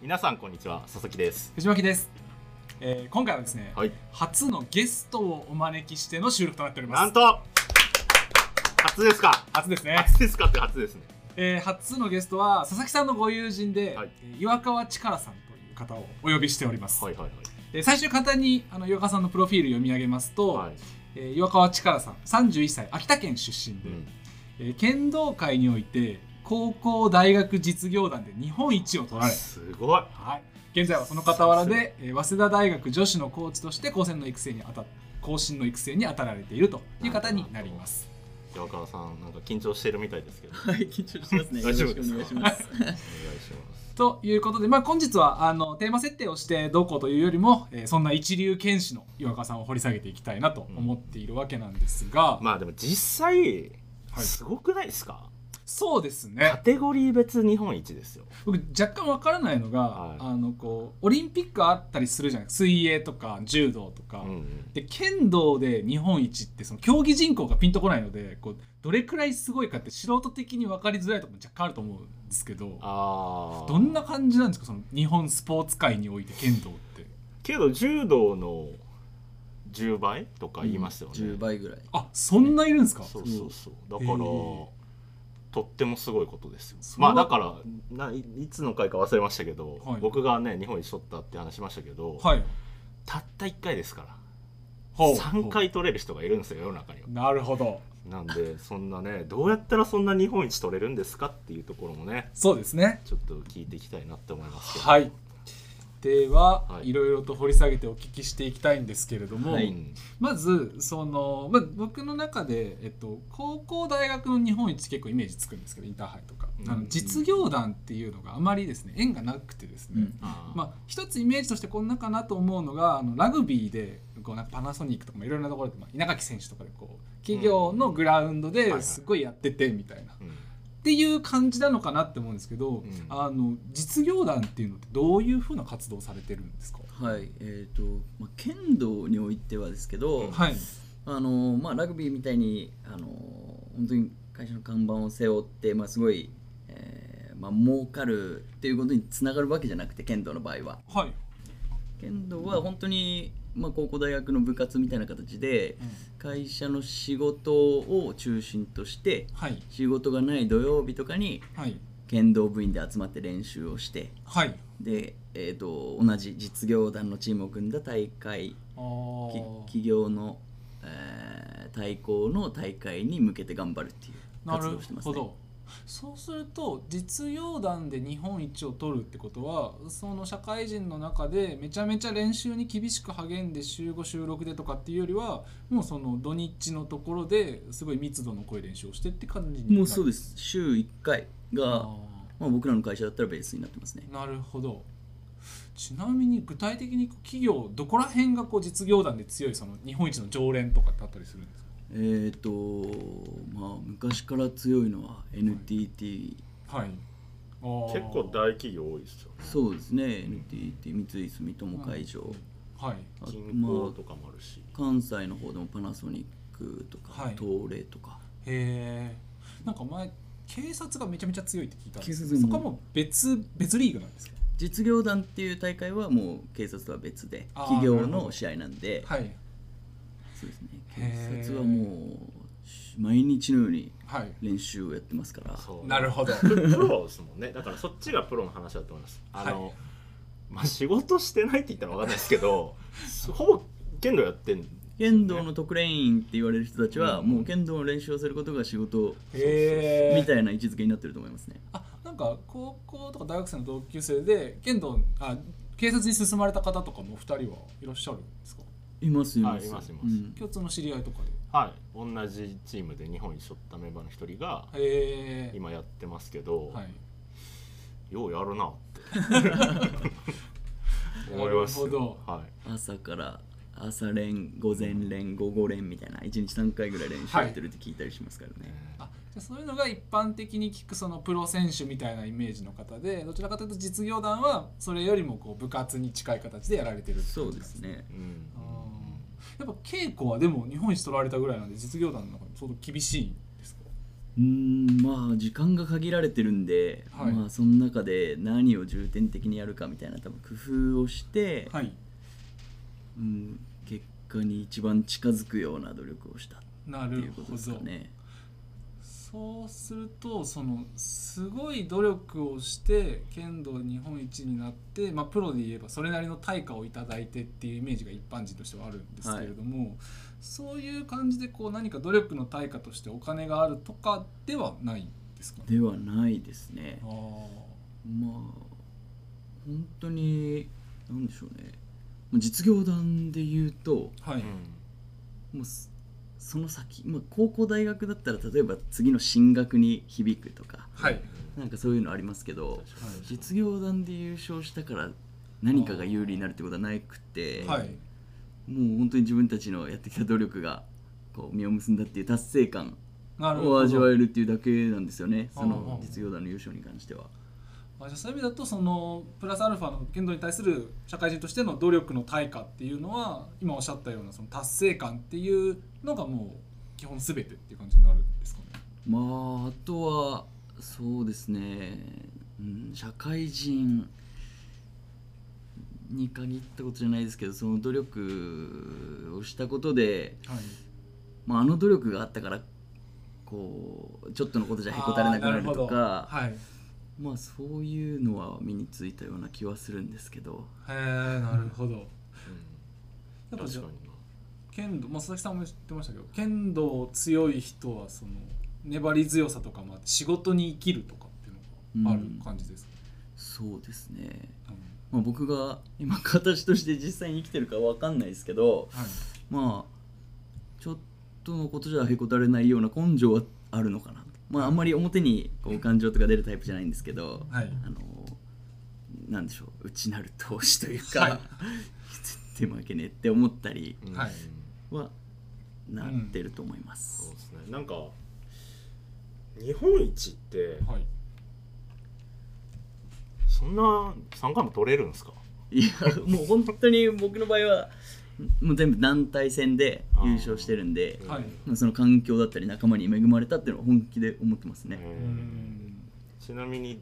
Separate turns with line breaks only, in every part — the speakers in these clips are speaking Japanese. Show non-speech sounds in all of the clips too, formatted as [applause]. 皆さんこんにちは佐々木です
藤巻です、えー今回はですね、
はい
初のゲストをお招きしての収録となっております
なんと初ですか
初ですね、
初ですかって初ですね
えー初のゲストは佐々木さんのご友人で、
はい
えー岩川力さんという方をお呼びしております、
はいはい
えー最初簡単にあの岩川さんのプロフィール読み上げますと、
はいはい
えー岩川力さん31歳秋田県出身
う
で、
ん
えー剣道界において高校大学実業団で日本一を取られ
すごい
はい、現在はその傍らで、えー早稲田大学女子のコーチとして高専の育成にあた後進の育成に当たられているという方になります。
岩川さんなんか緊張してるみたいですけどお願
はい、緊張しますね。よ
大丈
ろし
夫
く
で
お
す
願いします。
いします
ということで、まあ、本日はあのテーマ設定をしてどうこうというよりも、えーそんな一流剣士の岩川さんを掘り下げていきたいなと思っているわけなんですが、
まあでも実際
はい
すごくないですか
そうです
カ
ね
テゴリー別日本一ですよ
僕若干わからないのが、
はい
あのこうオリンピックあったりするじゃない水泳とか柔道とか。
うんうん
で剣道で日本一ってその競技人口がピンとこないのでこうどれくらいすごいかって素人的に分かりづらいところも若干あると思うんですけど
ああ
どんな感じなんですかその日本スポーツ界において剣道って
けど柔道の10倍とか言いますよね、
10倍ぐらい。
あそんないるんですか
そうそうそうだから、
え
とってもすごいことですよ
それ
ま
は
あだからないいつの回か忘れましたけど、
はい
僕がね日本一取ったって話しましたけど、
はい
たった1回ですから
ほう
3回取れる人がいるんですよ世の中には
なるほど
なんでそんなねどうやったらそんな日本一取れるんですかっていうところもね
そうですね
ちょっと聞いていきたいなって思いますけど
はいでは、、
はいい
ろいろと掘り下げてお聞きしていきたいんですけれども、
は
う
い
ん
まずその、まあ、僕の中で、えっと、高校大学の日本一結構イメージつくんですけどインターハイとか、
うん
あの実業団っていうのがあまりですね縁がなくてですね、
うん
あー
まあ、一つイメージとしてこんなかなと思うのがあのラグビーでこうなんかパナソニックとかもいろんなところで、まあ、稲垣選手とかでこう企業のグラウンド
うんはいは
で
い
すごいやっててみたいな、っ
うん
ていう感じなのかなって思うんですけど、
ん
あの実業団っていうのってどういうふうな活動をされてるんですか、
はい、えっ、と、まあ、剣道においてはですけど、
はい、
あのまあラグビーみたいにあの本当に会社の看板を背負って、まあすごい、えー、まあ儲かるっていうことにつながるわけじゃなくて剣道の場合は、
はい
剣道は本当にまあ高校大学の部活みたいな形で会社の仕事を中心として
はい
仕事がない土曜日とかに
はい
剣道部員で集まって練習をして
はい
で、えー、と同じ実業団のチームを組んだ大会
あ
き
ー
企業の、えー対抗の大会に向けて頑張るっていう
な
活動
る
をしてます
ほ
ね。
どそうすると実業団で日本一を取るってことはその社会人の中でめちゃめちゃ練習に厳しく励んで週5週6でとかっていうよりはもうその土日のところですごい密度の濃い練習をしてって感じになる
もうそうです週1回が
あ
まあ、僕らの会社だったらベースになってますね
ー。なるほどちなみに具体的に企業どこら辺がこう実業団で強いその日本一の常連とかってあったりするんです
えっ、とまあ昔から強いのは NTT、
かはいあー
結構大企業多いですよね
そうですね NTT 三井住友海上、
はい
あと
銀
ま
行とかもあるし、
あ関西の方でもパナソニックとか、
はい
東レとか
へえんか前警察がめちゃめちゃ強いって聞いたんですけ
警
どそ
察
こ
も
はもう別別リーグなんですか
実業団っていう大会はもう警察とは別で
あー
企
な
業
るほど
の試合なんで、
はい
そうですね
へー
警察はもうし毎日のように
はい
練習をやってますから
そう
なるほど
ププロですもんねだからそっちがプロの話だと思いますあの、
はい
まあ仕事してないって言ったら分かんないですけどほぼ剣道やってん
剣道の特練員って言われる人たちは
うん
もう剣道の練習をすることが仕事
へえ
みたいな位置づけになってると思いますね
あなんか高校とか大学生の同級生で剣道あ警察に進まれた方とかもお二人はいらっしゃるんですか
いますいま
あ
す
いますいます
うん
共通の知り合いとか
はい同じチームで日本一取ったメンバーの一人が
でへえ
今やってますけど、
はい
ようや
[laughs]
るなって思いますよ
なるほ
は
朝から朝練午前練午後練みたいな1日3回ぐらい練習やってるって聞いたりしますから
い
ね、
あじゃあそういうのが一般的に聞くそのプロ選手みたいなイメージの方でどちらかというと実業団はそれよりもこう部活に近い形でやられてるって
そ
感
う
じ
で
なん
すね
うん
やっぱ稽古はでも日本一取られたぐらいなんで実業団の中で相当厳しいんですか
うーんまあ時間が限られてるんで、
はい
まあその中で何を重点的にやるかみたいな多分工夫をして、
はい
うん、結果に一番近づくような努力をしたっ
な
てい
る
うこと
ほ
ですか
ど
ね。
そうするとそのすごい努力をして剣道日本一になって、まあ、プロで言えばそれなりの対価をいただいてっていうイメージが一般人としてはあるんですけれども、そういう感じでこう何か努力の対価としてお金があるとかではないんですかね。
ではないですね
あ。
まあ本当に何でしょうねまあ実業団で言うと
ーはい、
もうすその先、まあ、高校大学だったら例えば次の進学に響くとか
はい
なんかそういうのありますけど実業団で優勝したから何かが有利になるってことはなくて、
はい
もう本当に自分たちのやってきた努力がこう実を結んだっていう達成感
なるほ
を
ど
味わえるっていうだけなんですよねそ
あああ
の
あ
実業団の優勝に関しては。
あじゃあそういう意味だとそのプラスアルファの剣道に対する社会人としての努力の対価っていうのは今おっしゃったようなその達成感っていうのがもう基本全てっていう感じになるんですかね。
まああとはそうですね、うん、社会人に限ったことじゃないですけどその努力をしたことで、
はい、
まあ、あの努力があったからこうちょっとのことじゃへこたれなくなるとか
はい、へ
まあそういうのは身についたような気はするんですけど
えなるほど。やっぱ
確
じゃ
か
あ
にな
剣道、まあ、佐々木さんも言ってましたけど剣道強い人はその粘り強さとかもあって仕事に生きるとかっていうのがある感じですか、
そうですね、
うん
まあ、僕が今形として実際に生きてるかわかんないですけど
はい
まあちょっとのことじゃへこたれないような根性はあるのかなとまああんまり表にこう感情とか出るタイプじゃないんですけど、
はい
あのなんでしょう内なる闘志というか、
はい
[laughs] 絶対負けねえって思ったり
うん
はい
はなってると思いま
そう
す
で、すねなんか日本一って
はい
そんな三回も取れるんですか
いやもう本当に僕の場合はもう全部団体戦で優勝してるんで
はい
まあその環境だったり仲間に恵まれたっていうのは本気で思ってます
う
ね、
んちなみに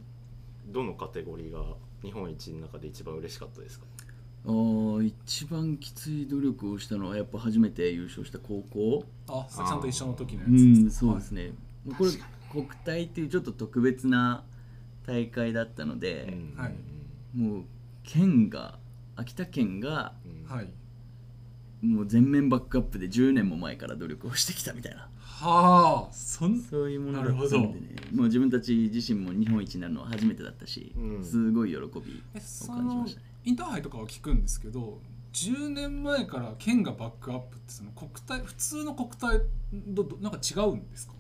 どのカテゴリーが日本一の中で一番嬉しかったですか
あー一番きつい努力をしたのはやっぱ初めて優勝した高校
あ佐々木さんと一緒の時のや
う
つ
んそうですね、まあこれ国体っていうちょっと特別な大会だったので、
はい
もう県が秋田県が
はい、はい
もう全面バックアップで10年も前から努力をしてきたみたいな
はあそん
そういうものだったんでねもう自分たち自身も日本一になるのは初めてだったし、
うん
すごい喜び
え
を
そ
感じ
の
ましたね
インターハイとかは聞くんですけど10年前から県がバックアップってその国体普通の国体どどなんか違うんですか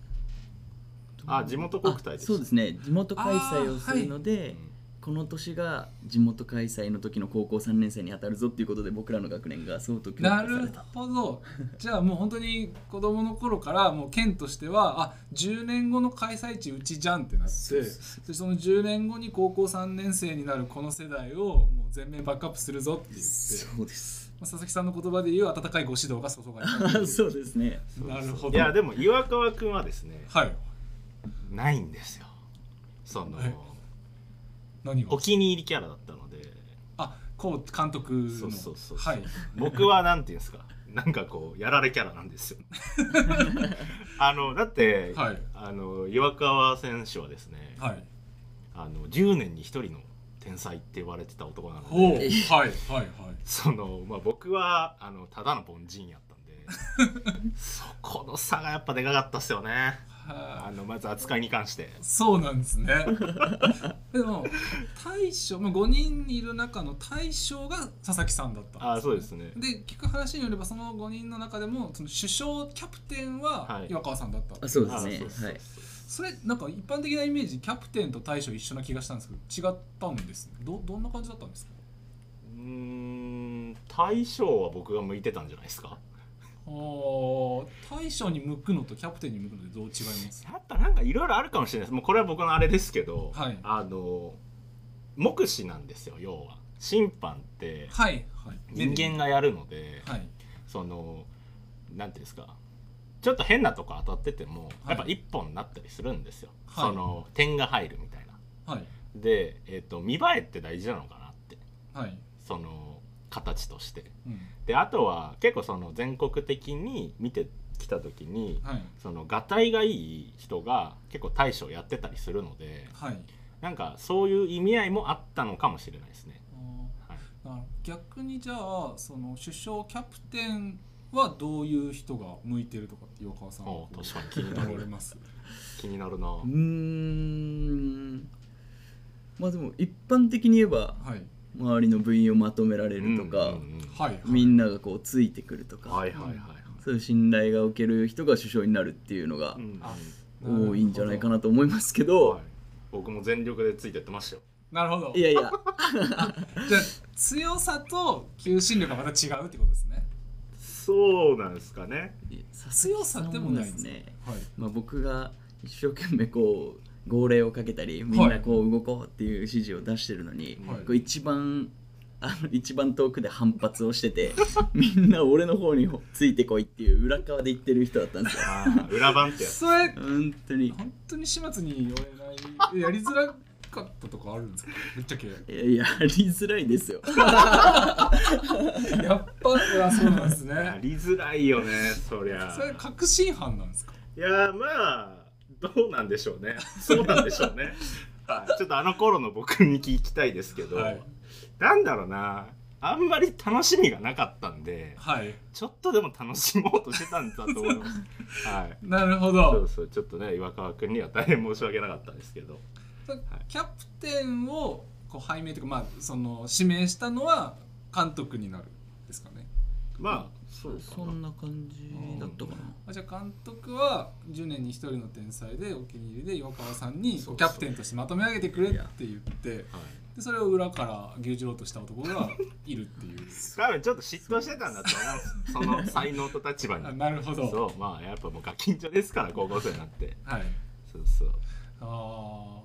あ地元国体
あ
です
そうですね地元開催をするので、
うん
この年が地元開催の時の高校3年生に当たるぞっていうことで僕らの学年がそうと決
な
定
る
れた
ほどじゃあもう本当に子供の頃からもう県としてはあ10年後の開催地うちじゃんってなって
そうそう
でその10年後に高校3年生になるこの世代をもう全面バックアップするぞって言って、
[laughs] そうです
まあ、佐々木さんの言葉で言う温かいご指導が注がれた
あそうですね
なるほど
いやでも岩川君はですね
はい
ないんですよその
はい何が
お気に入りキャラだったので
あこう監督の
そうそうそうそう
はい
僕はなんていうんですかなんかこうやられキャラなんです
[laughs]
よあのだって、
はい
あの岩川選手はですね、
はい
あの10年に1人の天才って言われてた男なの
ほ
で
うはいはいはい
その、まあ、僕はあのただの凡人やったんでそこの差がやっぱでかかったっすよね
は
あ
い
のまず扱いに関して
そうなんです
[laughs]
ねでも大将、まあ、5人いる中の大将が佐々木さんだった
あそうですね
で聞く話によればその5人の中でもその首相キャプテンは
はい
岩川さんだった、
あそうで
あ
す
そう
ね
そうそう
はい
それなんか一般的なイメージキャプテンと大将一緒な気がしたんですけど違ったんですねどどんな感じだったんですか
うーん大将は僕が向いてたんじゃないですか
あー大将に向くのとキャプテンに向くのでどう違います
やっぱなんかいろいろあるかもしれないですもうこれは僕のあれですけど、
はい
あの目視なんですよ要は審判って
はいはい
人間がやるので、
はい
そのなんていうんですかちょっと変なとこ当たってても、
は
や
い
っぱ一本になったりするんですよ、
はい
その点が入るみたいな
はい
で、えっと見栄えって大事なのかなって
はい、
その形として
うん、
であとは結構その全国的に見てきた時に
はい
そのがたいがいい人が結構大将やってたりするので
はい
なんかそういう意味合いもあったのかもしれないですね、はい、
あーだから逆にじゃあその首相キャプテンはどういう人が向いてるとかって岩川さん
お
は
う確かに気にな
思われ
る [laughs]
ます
気になるな
うーんまあでも一般的に言えば
はい
周りの部員をまとめられるとか、
うんうんうん
はいはい
みんながこうついてくるとか、
はいはいはいはい
そういう信頼が受ける人が首相になるっていうのが
うん
あ
多いんじゃないか
な
なと思いますけど、
はい僕も全力でついてってましたよ
なるほど
い、やいや
じゃあ強さと求心力がまた違うってことですね
そうなんですか
[laughs]
ね
強さでもないん
で
ですす
ね、
はい
まあ、僕が一生懸命こう号令をかけたりみんなこう動こうっていう指示を出してるのに、
はい
こう一番あの一番遠くで反発をしてて [laughs] みんな俺の方についてこいっていう裏側で言ってる人だったんですよ
あー裏番ってやつ
それ
本当に
本当に始末に追えないやりづらかったとかあるんですかぶっちゃけ
いやいややりづらいですよ
[laughs] やっぱそうなんです
や
ね
りづらいよねそりゃ
それ確信犯なんですか
いやーまあどうなんでしょうねそうなんでしょうねはいちょっとあの頃の僕に聞きたいですけど、
はい
なんだろうなあんまり楽しみがなかったんで
はい
ちょっとでも楽しもうとしてたんだと思います、はい、
なるほ
そ
ど
うそうちょっとね岩川君には大変申し訳なかったですけど
キャプテンをこう拝命というかまあその指名したのは監督になるんですかね
まあそうか
そんな感じだったかな
あじゃあ監督は10年に1人の天才でお気に入りで岩川さんに
そうそう
キャプテンとしてまとめ上げてくれって言って
はい
でそれを裏から牛耳ろうとした男がいるって
[laughs]
いう
多分ちょっと嫉妬してたんだと思うその才能と立場に
[laughs] あなるほど
そうまあやっぱもうガキンチョですから高校生になって
はい
そうそう
あ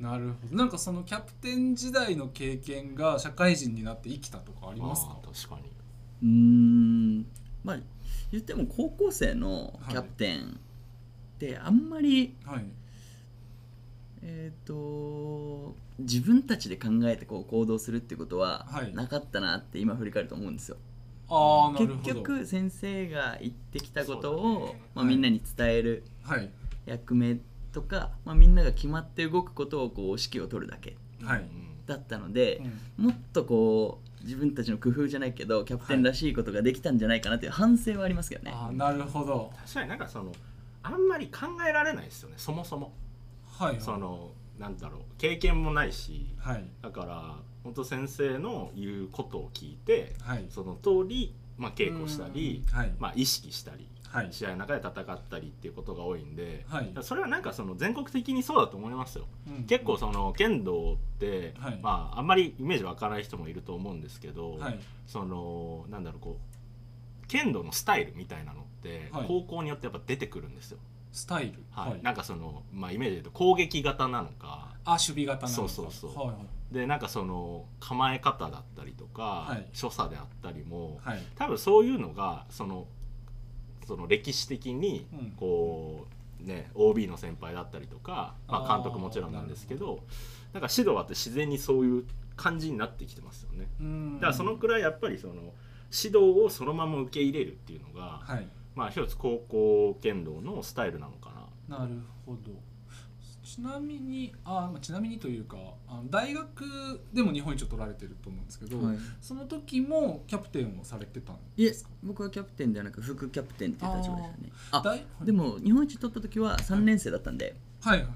ーなるほどなんかそのキャプテン時代の経験が社会人になって生きたとかありますか
あー確かに
うーんまあ言っても高校生のキャプテンってあんまり、
はい
えー、と自分たちで考えてこう行動するっていうことは
はい
なかったなって今振り返ると思うんですよ。
ああなる
結
ほど
局先生が言ってきたこと
そう
を、
だね
まあ、
はい
みんなに伝える
はい
役目とか、まあ、みんなが決まって動くことをこう指揮を取るだけ
は
う
い、
ん
だったので
う、ん
もっとこう自分たちの工夫じゃないけどキャプテンらしいことができたんじゃないかなっていう反省はありますけどね。
あーなるほど
確かになんかそのあんまり考えられないですよねそもそも
はいはい
そのなんだろう経験もないし
はい
だから本当先生の言うことを聞いて
はい
その通り、まあ、稽古したり
うんはい、
まあ、意識したり
はい
試合の中で戦ったりっていうことが多いんで、
はい
それはなんかその全国的にそうだと思いますよ
うん
結構その剣道って、
はい
まああんまりイメージ湧かない人もいると思うんですけど、
はい
そのなんだろうこう剣道のスタイルみたいなのって、
はい
高校によってやっぱ出てくるんですよ。
スタイル
はいなんかその、まあ、イメージで言うと攻撃型なのか
あ守備型なのか
そうそうそう
はい
でなんかその構え方だったりとか、
はい
所作であったりも、
はいはい
多分そういうのがそのその歴史的に
うん
こう、ね OB の先輩だったりとか、ま
あ
あ、
ー
監督もちろんなんですけどなんか指導って自然にそういう感じになってきてますよね。
うん
だからそのくらいやっぱりその指導をそのまま受け入れるっていうのが、
はい
まあ一つ高校剣道のスタイルなのか
なるほどちなみにあまあちなみにというかあの大学でも日本一を取られてると思うんですけど、
はい
その時もキャプテンをされてたん
い
で
え
すか
僕はキャプテンではなく副キャプテンっていう立場でしたね。あ
大
でも日本一取った時は3年生だったんで、
はいはい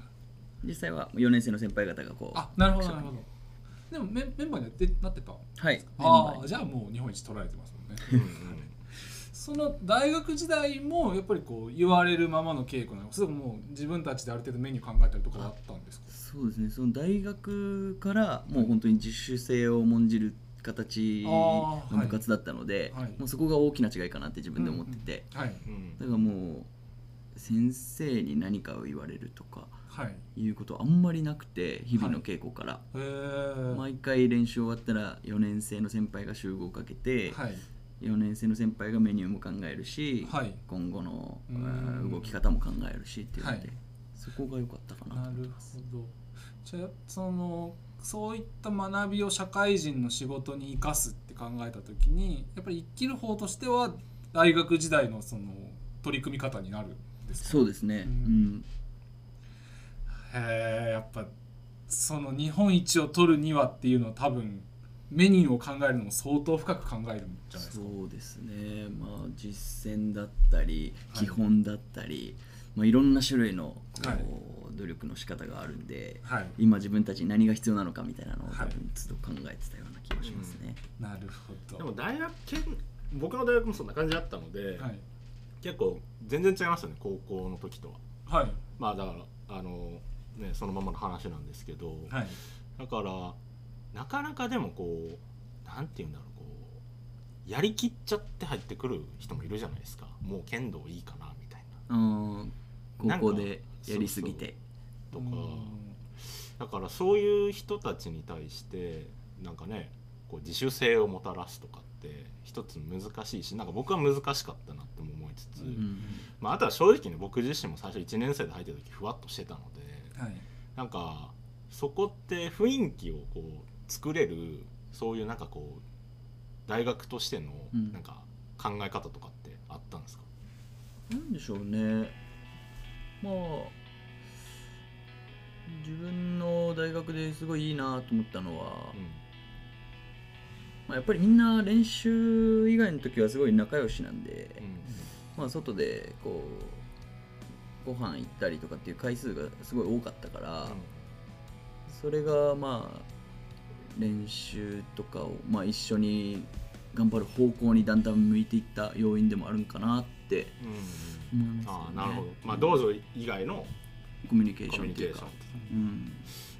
実際は4年生の先輩方がこう
あなるほどなるほどでもメンメンバーになってなってた
はい
あ
メンバー
あ
に
じゃあもう日本一取られてますもんね
な。
その大学時代もやっぱりこう言われるままの稽古なのかそれとももう自分たちである程度メニュー考えたりとかはあったんですか
そうですねその大学からもう本当に自主性を重んじる形の部活だったので、
あーはいはい
もうそこが大きな違いかなって自分で思ってて、
はい
うん
だからもう先生に何かを言われるとか
はい
いうことはあんまりなくて日々の稽古から、
へえは
毎回練習終わったら4年生の先輩が集合をかけて、
い
4年生の先輩がメニューも考えるし、
はい
今後の
うーん
動き方も考えるしっていうので、
はい
そこが良かったかなと
な
思って
る
ます
ほどじゃあそのそういった学びを社会人の仕事に生かすって考えた時にやっぱり生きる方としては大学時代のその取り組み方になるんですか
そうです
う
ね、うんん、
へえやっぱその日本一を取るにはっていうのは多分メニューを考えるのも相当深く考えるんじゃないですか
そうですねまあ実践だったり
はい
基本だったり、いまあ、いろんな種類のこう、
はい
努力の仕方があるんで
はい
今自分たちに何が必要なのかみたいなのを
はい
多分都度考えてたような気がしますね、
なるほど
でも大学兼僕の大学もそんな感じだったので、
はい
結構全然違いましたね高校の時とは
はい
まあだからあのねそのままの話なんですけど、
はい
だからなかなかでもこうなんて言うんだろうこうやりきっちゃって入ってくる人もいるじゃないですかもう剣道いいかなみたいな
うん
なんか
高校でやりすぎて
と
う
か、
ん
だからそういう人たちに対してなんかねこう自主性をもたらすとかって一つ難しいしなんか僕は難しかったなっても思いつつ、
うん
うん
まあ、あとは正直ね僕自身も最初1年生で入った時ふわっとしてたので
はい
なんかそこって雰囲気をこう作れるそういうなんかこう大学としての
うん
なんか考え方とかってあったんですか、
なんでしょうねまあ自分の大学ですごいいいなと思ったのは、まあ、やっぱりみんな練習以外の時はすごい仲良しなんで、まあ、外でこうご飯行ったりとかっていう回数がすごい多かったから、それがまあ練習とかを、まあ、一緒に頑張る方向にだんだん向いていった要因でもあるんかなって
うんうん
思いますよね
ああなるほど、まあ道場以外の
コミュニケーシ
コ
ョ
ミュニ
ンと
ケ
いう
ーショ
か
ン、
うん、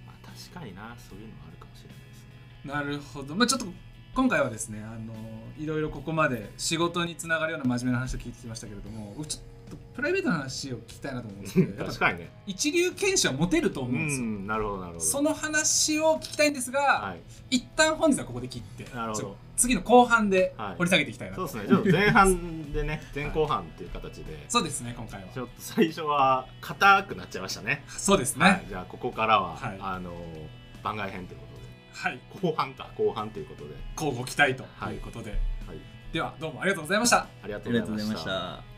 まあ、確かになそういうのはあるかもしれないですね
なるほど、まあ、ちょっと今回はですねあのいろいろここまで仕事につながるような真面目な話を聞いてきましたけれども僕ちょっとプライベートな話を聞きたいなと思うんですけ [laughs] どやっ
確
ぱ
かにね
一流剣士はモテると思
う
うんですよ、
んなるほどなるほど
その話を聞きたいんですが、
はい
一旦本日はここで切って
なるほど
ちょっと次の後半で
はい
掘り下げていきたいなと、
そうですねちょっと前半でね前後半っていう形で、
そうですね今回は
ちょっと最初は硬くなっちゃいましたね
そうですね
はい、じゃあここからは、
はい
あの番外編というこ
はい
とで後半か後半ということで、
交互期待ということで、
はい、
ではどうもありがとうございました
ありが
あ
とう
り
ご
が
ざ
と
いうま
ございま
し。
したた。